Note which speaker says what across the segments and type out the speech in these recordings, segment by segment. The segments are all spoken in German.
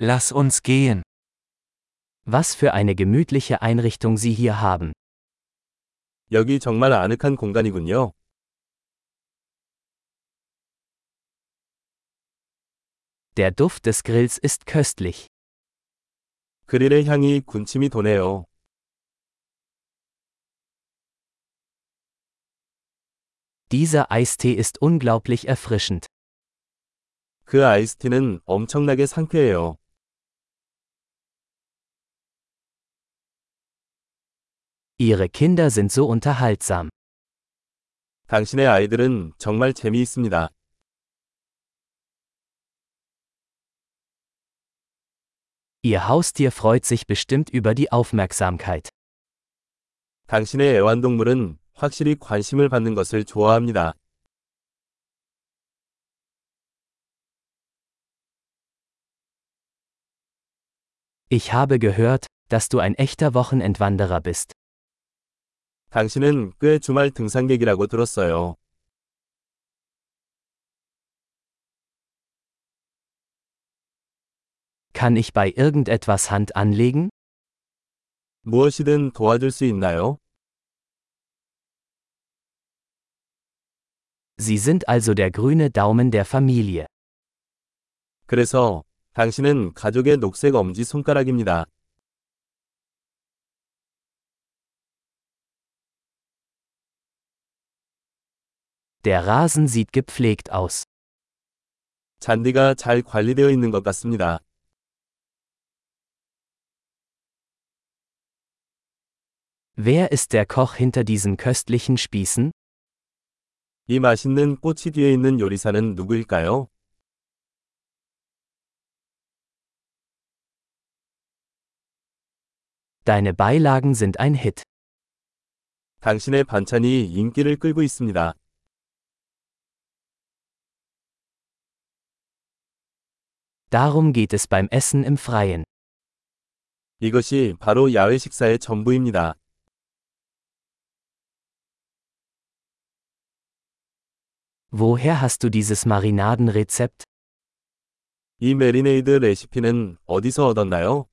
Speaker 1: Lass uns gehen.
Speaker 2: Was für eine gemütliche Einrichtung Sie hier haben.
Speaker 3: 여기 정말 아늑한 공간이군요.
Speaker 2: Der Duft des Grills ist köstlich.
Speaker 3: 그릴의 향이 군침이 도네요.
Speaker 2: Dieser Eistee ist unglaublich erfrischend.
Speaker 3: 그 아이스티는 엄청나게 상쾌해요.
Speaker 2: Ihre Kinder sind so unterhaltsam.
Speaker 3: 당신의 아이들은 정말 재미있습니다.
Speaker 2: Ihr Haustier freut sich bestimmt über die Aufmerksamkeit.
Speaker 3: 당신의 애완동물은 확실히 관심을 받는 것을 좋아합니다.
Speaker 2: Ich habe gehört, dass du ein echter Wochenendwanderer bist.
Speaker 3: 당신은 꽤 주말 등산객이라고 들었어요.
Speaker 2: Kann ich bei irgendetwas Hand anlegen?
Speaker 3: 무엇이든 도와줄 수 있나요?
Speaker 2: Sie sind also der grüne Daumen der Familie.
Speaker 3: 그래서 당신은 가족의 녹색 엄지 손가락입니다.
Speaker 2: Der Rasen sieht gepflegt aus.
Speaker 3: 잔디가 잘 관리되어 있는 것 같습니다.
Speaker 2: Wer ist der Koch hinter diesen köstlichen Spießen?
Speaker 3: 이 맛있는 꽃이 뒤에 있는 요리사는 누구일까요?
Speaker 2: Deine Beilagen sind ein Hit.
Speaker 3: 당신의 반찬이 인기를 끌고 있습니다.
Speaker 2: Darum geht es beim Essen im Freien.
Speaker 3: 이것이 바로 야외 식사의 전부입니다.
Speaker 2: Woher hast du dieses Marinadenrezept?
Speaker 3: 이 메리네이드 레시피는 어디서 얻었나요?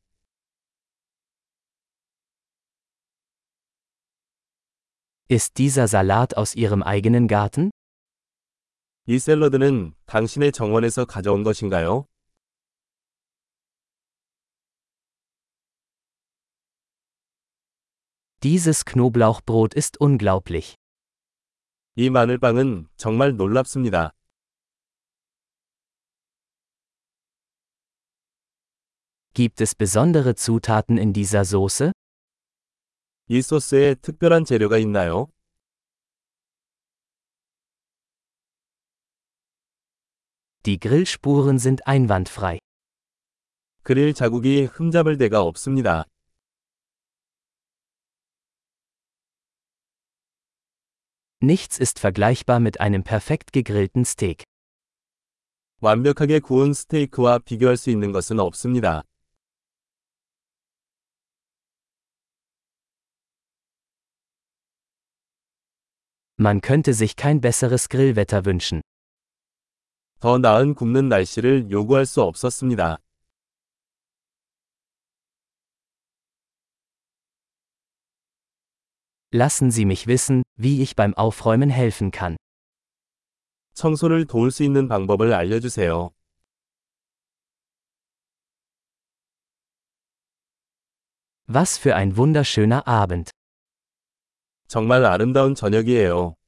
Speaker 2: Ist dieser Salat aus Ihrem eigenen Garten?
Speaker 3: 이 샐러드는 당신의 정원에서 가져온 것인가요?
Speaker 2: Dieses Knoblauchbrot ist unglaublich.
Speaker 3: 이 마늘빵은 정말 놀랍습니다.
Speaker 2: Gibt es besondere Zutaten in dieser Soße?
Speaker 3: 이 소스에 특별한 재료가 있나요?
Speaker 2: Die Grillspuren sind einwandfrei.
Speaker 3: 그릴 자국이 흠잡을 데가 없습니다.
Speaker 2: Nichts ist vergleichbar mit einem perfekt gegrillten Steak.
Speaker 3: 완벽하게 구운 스테이크와 비교할 수 있는 것은 없습니다.
Speaker 2: Man könnte sich kein besseres Grillwetter wünschen.
Speaker 3: 더 나은 굽는 날씨를 요구할 수 없었습니다.
Speaker 2: Lassen Sie mich wissen, wie ich beim Aufräumen helfen kann.
Speaker 3: 청소를 도울 수 있는 방법을 알려주세요.
Speaker 2: Was für ein wunderschöner Abend.
Speaker 3: 정말 아름다운 저녁이에요.